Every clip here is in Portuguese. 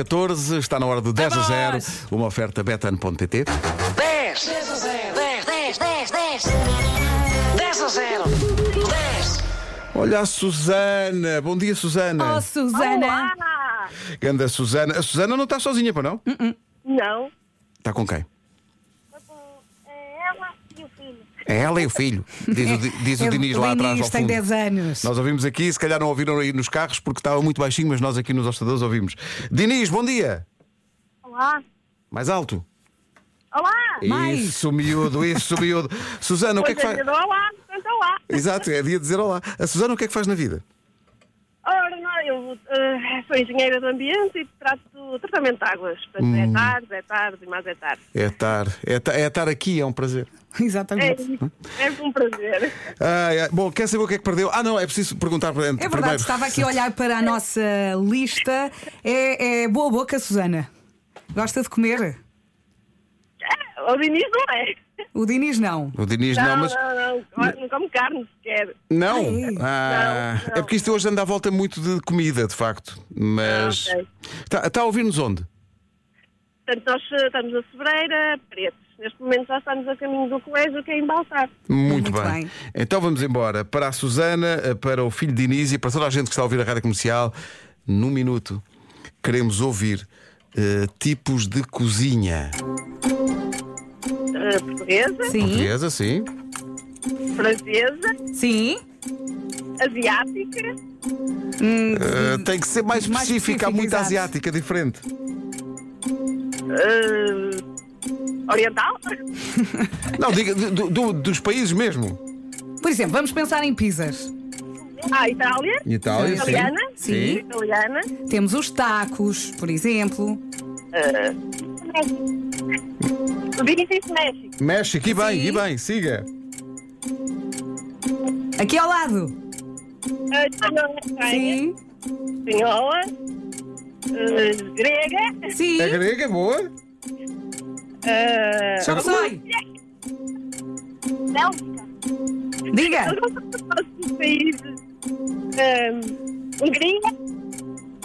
14 está na hora do 10 É a 0, Vamos! uma oferta betano.pt. 10 10 10 10 10 10 10 a 0 10 Olha a Susana, bom dia Susana. Oh, Susana! Olá! Ganda Susana. A Susana não está sozinha, para Hum. não? Não. Está com quem? Foi com eh, ela e o filho. É ela e o filho, diz o, Di- diz o É, Diniz lá atrás. Ao tem fundo. 10 anos. Nós ouvimos aqui, se calhar não ouviram aí nos carros porque estava muito baixinho, mas nós aqui nos hostadores ouvimos. Diniz, bom dia. Olá! Mais alto. Olá! Mais. Isso, miúdo, isso, miúdo. Susana, o que é que faz? Olá, portanto, olá! Exato, é dia de dizer olá. A Susana, o que é que faz na vida? Ora, não, eu eh, sou engenheira do ambiente e trato do tratamento de águas. Portanto, Hum. é tarde, é tarde e mais é tarde. É estar, é estar, é estar aqui, é um prazer. É, Exatamente. hum? é um prazer. Ai, ai, bom, quer saber o que é que perdeu? Ah, não, é preciso perguntar para É verdade, estava aqui a olhar para a nossa lista. É, é boa boca, Susana. Gosta de comer? É, o Diniz não é. O Diniz não. O Diniz não, Não, mas. não, não, não. como carne sequer. Não. Ai. Ah, Não, não. É porque isto hoje anda à volta muito de comida, de facto. Mas. Ah, ok. Está a ouvir-nos onde? Portanto, nós eh, estamos a Sobreira, pretos. Neste momento já estamos a caminho do colégio, que é em Baltar. Muito, Muito bem. bem. Então vamos embora para a Susana, eh, para o filho de Diniz e para toda a gente que está a ouvir a rádio comercial. Num minuto, queremos ouvir eh, tipos de cozinha. Eh, portuguesa, Sim, Portuguesa, sim. francesa, sim. asiática. Eh, tem que ser mais Mais específica, há específica, muita exato. asiática diferente. Eh, oriental? Não, diga do- do- dos países mesmo. Por exemplo, vamos pensar em pizzas. Ah, Itália? Itália, sim. Italiana? Sim. Italiana? Temos os tacos, por exemplo. Eh, México. Benefício México. México, e bem, Sim. e bem, siga. Aqui ao lado. Eh, Espanhola, Espanha. Sim, Espanhola. Eh, grega. sim. É grega, boa. eh, Já me sei. Bélgica. Diga. Eu não sei quais países. Eh, Hungria.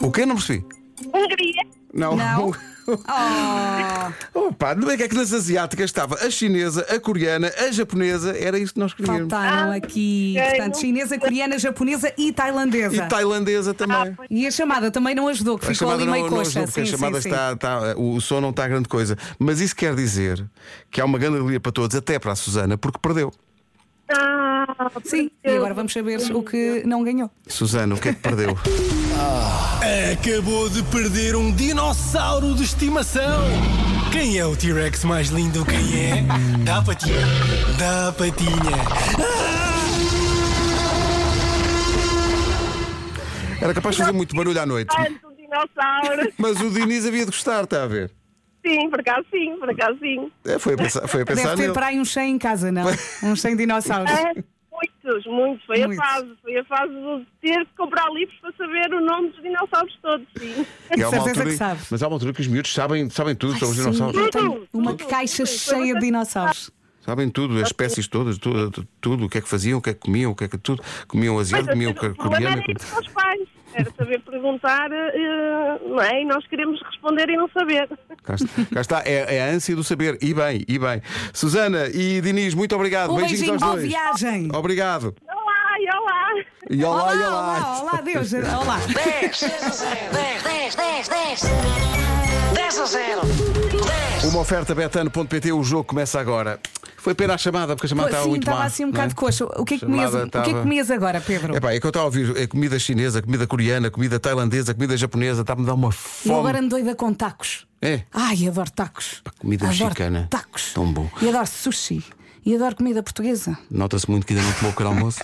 O que não percebi? Hungria. Não. Não. Oh, Opa, não é que é que nas asiáticas estava a chinesa, a coreana, a japonesa, era isso que nós queríamos. faltaram Ah, aqui. ok, Portanto, não- chinesa, coreana, japonesa e tailandesa. E tailandesa Ah, também. pois. E a chamada também não ajudou, que a ficou chamada ali não, meio não coxa. ajudou, porque a Sim, chamada sim, está, está- O som não está a grande coisa. Mas isso quer dizer que há uma grande alegria para todos, até para a Susana, porque perdeu. Ah, sim. Sim, e agora vamos saber o que não ganhou. Susana, o que é que perdeu? Acabou de perder um dinossauro de estimação. Quem é o T-Rex mais lindo? Quem é? Dá patinha. Dá patinha. Ah, Era capaz de fazer muito barulho à noite. Tanto um dinossauro. Mas o Diniz havia de gostar, está a ver? Sim, por acaso sim, por acaso sim. É, Foi a pensar, foi a Deve pensar ter nele. para aí uns 100 em casa, não? uns 100 dinossauros. Ah, Muitos, muitos. Foi Muitos. a fase. Foi a fase de ter que comprar livros para saber o nome dos dinossauros todos, sim. E há uma Certeza altura é que em- sabe. Mas há uma altura que os miúdos sabem, sabem tudo sobre os Sim, dinossauros. eu tenho Tudo, então, uma tudo, caixa tudo. cheia de dinossauros. Sabem tudo, as espécies todas, tudo, tudo, o que é que faziam, o que é que comiam, o que é que tudo. Comiam asiático, comiam assim, o um problema coreano. era ir para os pais. Era saber perguntar, eh, não é? E nós queremos responder e não saber. Cá está, cá está, é, é a ânsia do saber. E bem, e bem. Susana e Diniz, muito obrigado. Um Beijinhos beijinho, aos boa dois. viagem. Obrigado. Olá, e olá! E olá, e olá, olá. olá, olá, Deus, olá. 10 10 10 10 10 a 0 10 Uma oferta betano.pt, o jogo começa agora. Foi pena a chamada, porque a chamada estava Sim, muito estava má, assim um não é? bocado coxa. O que é que comias, Chamada o que é que estava- comias agora, Pedro? Epá, é que eu estava a ouvir é, comida chinesa, comida coreana, comida tailandesa, comida japonesa, está-me a dar uma Eu fome. agora ando doida com tacos. É? Ai, adoro tacos. comida adoro mexicana. Tacos. Tão bom. E adoro sushi. E adoro comida portuguesa. Nota-se muito que ainda não tomou o almoço.